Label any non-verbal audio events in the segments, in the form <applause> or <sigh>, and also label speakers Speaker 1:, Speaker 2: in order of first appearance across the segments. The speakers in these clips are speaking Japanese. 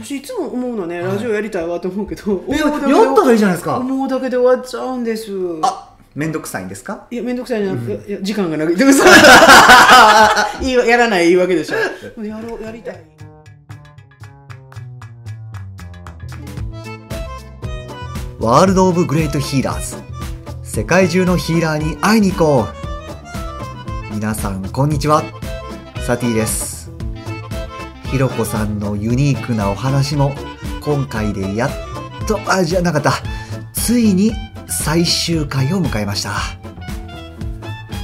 Speaker 1: 私いつも思うのね、ラジオやりたいわと思うけど思う
Speaker 2: えや
Speaker 1: だけで
Speaker 2: ったらいいじゃないですか
Speaker 1: 思うだけで終わっちゃうんです
Speaker 2: あめんどくさいんですか
Speaker 1: いや面倒くさいじゃなくて、いや時間がな <laughs> くて嘘いいわやらない言い訳でしょやろうやりたい
Speaker 2: ワールド・オブ・グレート・ヒーラーズ世界中のヒーラーに会いに行こう皆さんこんにちはサティですひろこさんのユニークなお話も今回でやっとあじゃなかったついに最終回を迎えました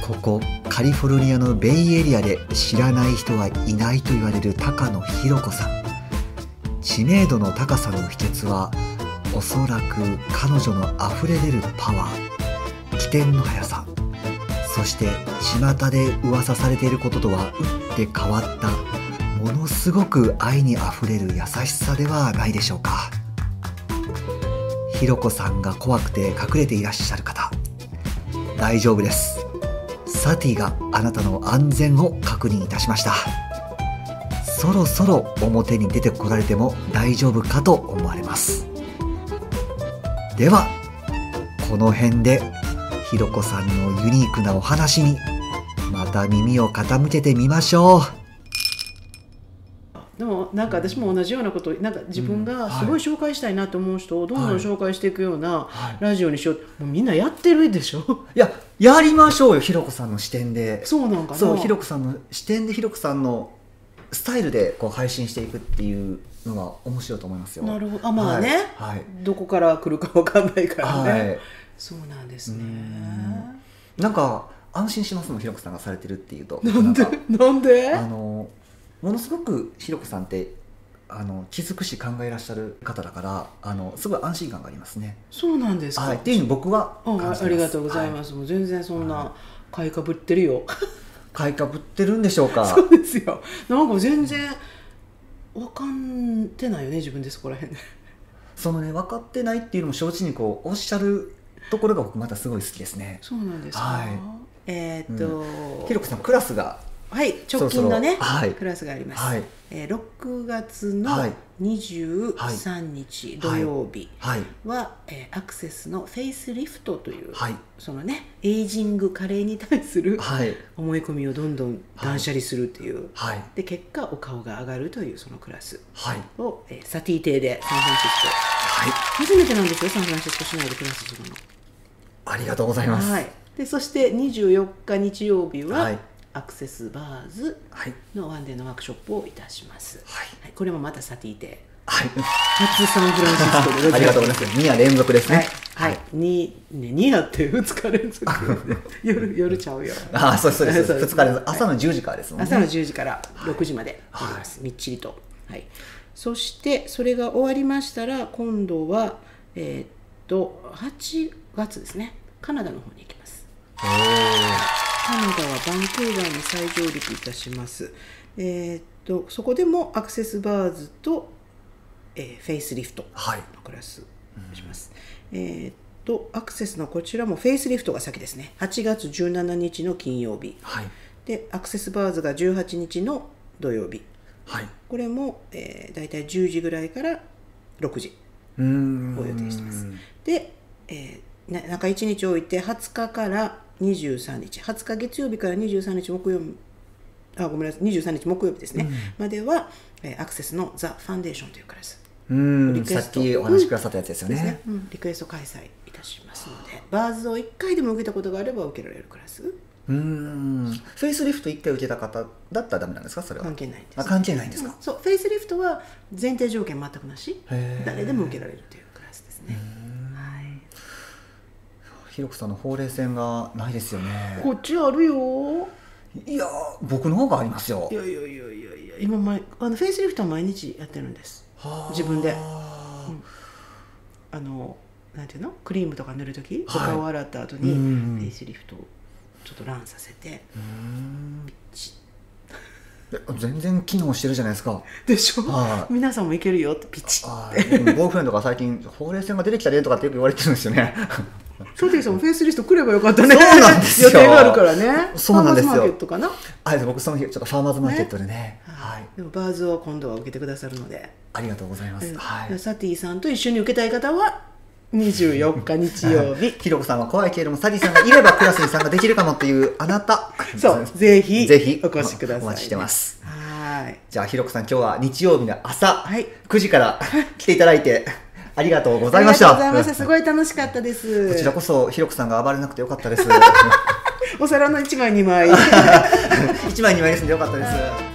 Speaker 2: ここカリフォルニアのベイエリアで知らない人はいないと言われる高野ひろこさん知名度の高さの秘訣はおそらく彼女の溢れ出るパワー起点の速さそして巷で噂されていることとは打って変わったものすごく愛にあふれる優しさではないでしょうかひろこさんが怖くて隠れていらっしゃる方大丈夫ですサティがあなたの安全を確認いたしましたそろそろ表に出てこられても大丈夫かと思われますではこの辺でひろこさんのユニークなお話にまた耳を傾けてみましょう
Speaker 1: でもなんか私も同じようなことなんか自分
Speaker 2: うん
Speaker 1: が
Speaker 2: はい
Speaker 1: すごい紹介したいなと思う人をどんど
Speaker 2: は
Speaker 1: ん
Speaker 2: い
Speaker 1: 紹介していくような
Speaker 2: はい
Speaker 1: ラジオにしようもうみんなやってるでしょ
Speaker 2: いややりましょうよひろこさんの視点
Speaker 1: <laughs>
Speaker 2: で
Speaker 1: そうなんかな
Speaker 2: そうひろこさんの視点でひろこさんのスタイルでこう配信していくっていうのが面白いと思いますよ
Speaker 1: なるほどあまあね、
Speaker 2: はい、はい
Speaker 1: どこから来るかわかんないからね、
Speaker 2: はい
Speaker 1: そうなんですね
Speaker 2: うんなんか安心しますもんひろこさんがされてるっていうと
Speaker 1: なんで
Speaker 2: か
Speaker 1: なんで
Speaker 2: あのものすごくひろこさんってあの気づくし考えらっしゃる方だからあのすごい安心感がありますね。
Speaker 1: そうなんですか、
Speaker 2: はい、っていうふうに僕は
Speaker 1: あ
Speaker 2: 感じてます。
Speaker 1: ありがとうございますす、もう全然そん
Speaker 2: は
Speaker 1: な買いかぶってる
Speaker 2: <laughs>
Speaker 1: よ
Speaker 2: 買いかぶってるんでしょうか。
Speaker 1: そうですよなんか全然わかんてないよね自分でそこら辺で
Speaker 2: そのね分かってないっていうのも承知にこうおっしゃるところが僕またすごい好きですね。
Speaker 1: そうなんですか、
Speaker 2: はい
Speaker 1: えーっと、
Speaker 2: ひろこさんクラスが
Speaker 1: はい直近のね
Speaker 2: そろそろはい
Speaker 1: クラスがあります、
Speaker 2: はい
Speaker 1: えー、6月の
Speaker 2: はい
Speaker 1: 23日土曜日
Speaker 2: はい
Speaker 1: は、えーアクセスのフェイスリフトという、
Speaker 2: はい
Speaker 1: そのねエイジング加齢に対する
Speaker 2: はい
Speaker 1: 思い込みをどんどん断捨離するっていう、
Speaker 2: はい
Speaker 1: で結果お顔が上がるというそのクラス
Speaker 2: はい
Speaker 1: を、えーサティ亭でサンフランシ
Speaker 2: はい
Speaker 1: スコ初めてなんですよサンフランシスコ市内でクラスするの
Speaker 2: ありがとうございます。
Speaker 1: はい、でそして24日日曜日は、
Speaker 2: はい
Speaker 1: アクセスバーズ
Speaker 2: はい
Speaker 1: のワンデーのワークショップをいたします、
Speaker 2: はい
Speaker 1: はい、これもまたサティ亭
Speaker 2: はい
Speaker 1: 初サンフランシスコでございます
Speaker 2: ありがとうございます。2夜連続ですね。
Speaker 1: はい、はいにね、2やって2日連続夜夜ちゃうよ
Speaker 2: ああ、そうですそうです。
Speaker 1: そうで
Speaker 2: 2
Speaker 1: す
Speaker 2: 日連続、朝の10時からですもんね。
Speaker 1: 朝の10時から6時まであります、みっちりと、はい、そしてそれが終わりましたら今度はえーっと8月ですねカナダの方に行きます
Speaker 2: おー
Speaker 1: カナダはバンクーバーに再上陸いたしますえーっとそこでもアクセスバーズと、えーフェイスリフト
Speaker 2: はい。
Speaker 1: のクラスをします、えーっとアクセスのこちらもフェイスリフトが先ですね8月17日の金曜日
Speaker 2: はい。
Speaker 1: でアクセスバーズが18日の土曜日
Speaker 2: はい。
Speaker 1: これも、えー、大体10時ぐらいから6時
Speaker 2: うーん。
Speaker 1: を予定してますで、えーな中1日置いて20日から23日20日月曜日から23日木曜日あごめんなさい23日木曜日ですね、までは、えーアクセスの「ザ・ファンデーションというクラス
Speaker 2: うー
Speaker 1: リ
Speaker 2: ん。
Speaker 1: クエ
Speaker 2: さ
Speaker 1: ス
Speaker 2: っ
Speaker 1: ト
Speaker 2: きお話しくださったやつですよ
Speaker 1: ですね
Speaker 2: ね。
Speaker 1: うんリクエスト開催いたしますのでバーズを1回でも受けたことがあれば受けられるクラス
Speaker 2: うーん。フェイスリフト1回受けた方だったらダメなんですかそれは。
Speaker 1: 関係ないです
Speaker 2: あ関係ないんですか
Speaker 1: うんそうフェイスリフトは前提条件全くなし
Speaker 2: へー
Speaker 1: 誰でも受けられるというクラスですねはい
Speaker 2: ひろこさんのほうれい線がないですよね。
Speaker 1: こっちあるよ
Speaker 2: いやー、僕の方がありますよ
Speaker 1: い。やいやいやいやいや今毎あのフェイスリフトは毎日やってるんです
Speaker 2: はー
Speaker 1: 自分で
Speaker 2: は
Speaker 1: あのなんていうのクリームとか塗る時、
Speaker 2: は
Speaker 1: お
Speaker 2: い
Speaker 1: 顔洗った後
Speaker 2: う
Speaker 1: に
Speaker 2: ん
Speaker 1: フェイスリフトをちょっとランさせて
Speaker 2: ーうーん
Speaker 1: チ
Speaker 2: え全然機能してるじゃないですか。
Speaker 1: ッでしょ
Speaker 2: はい
Speaker 1: 皆さんもいけるよってピチッ
Speaker 2: あーうんボーイフレンドが最近ほうれい線が出てきたねとかってよく言われてるんですよね。 <laughs>
Speaker 1: 佐藤さんもフェイスリスト来ればよかったね。
Speaker 2: そうなんですよ
Speaker 1: 予定があるからね。
Speaker 2: そうなんですよ
Speaker 1: ファーマーズマーケットかな。
Speaker 2: あれです僕その日ちょっとファーマーズマーケットでねはい
Speaker 1: でもバーズを今度は受けてくださるので。
Speaker 2: ありがとうございます、はい
Speaker 1: サティさんと一緒に受けたい方は24日日曜日
Speaker 2: ひろこさんは怖いけれどもサディさんがいればクラスに参加できるかもっていうあなた
Speaker 1: そうぜひ
Speaker 2: <laughs> ぜひ
Speaker 1: お越しください
Speaker 2: お待ちしてます
Speaker 1: はーい
Speaker 2: じゃあひろこさん今日は日曜日の朝、
Speaker 1: はい
Speaker 2: 9時から来ていただいてありがとうござ
Speaker 1: あ
Speaker 2: い
Speaker 1: り
Speaker 2: ま
Speaker 1: が
Speaker 2: し
Speaker 1: とう
Speaker 2: た
Speaker 1: ございましたすごい楽しかったです
Speaker 2: こちらこそひろこさんが暴れなくてよか <laughs> ったです
Speaker 1: お皿の1枚2枚
Speaker 2: 一枚二枚ですんでよかったです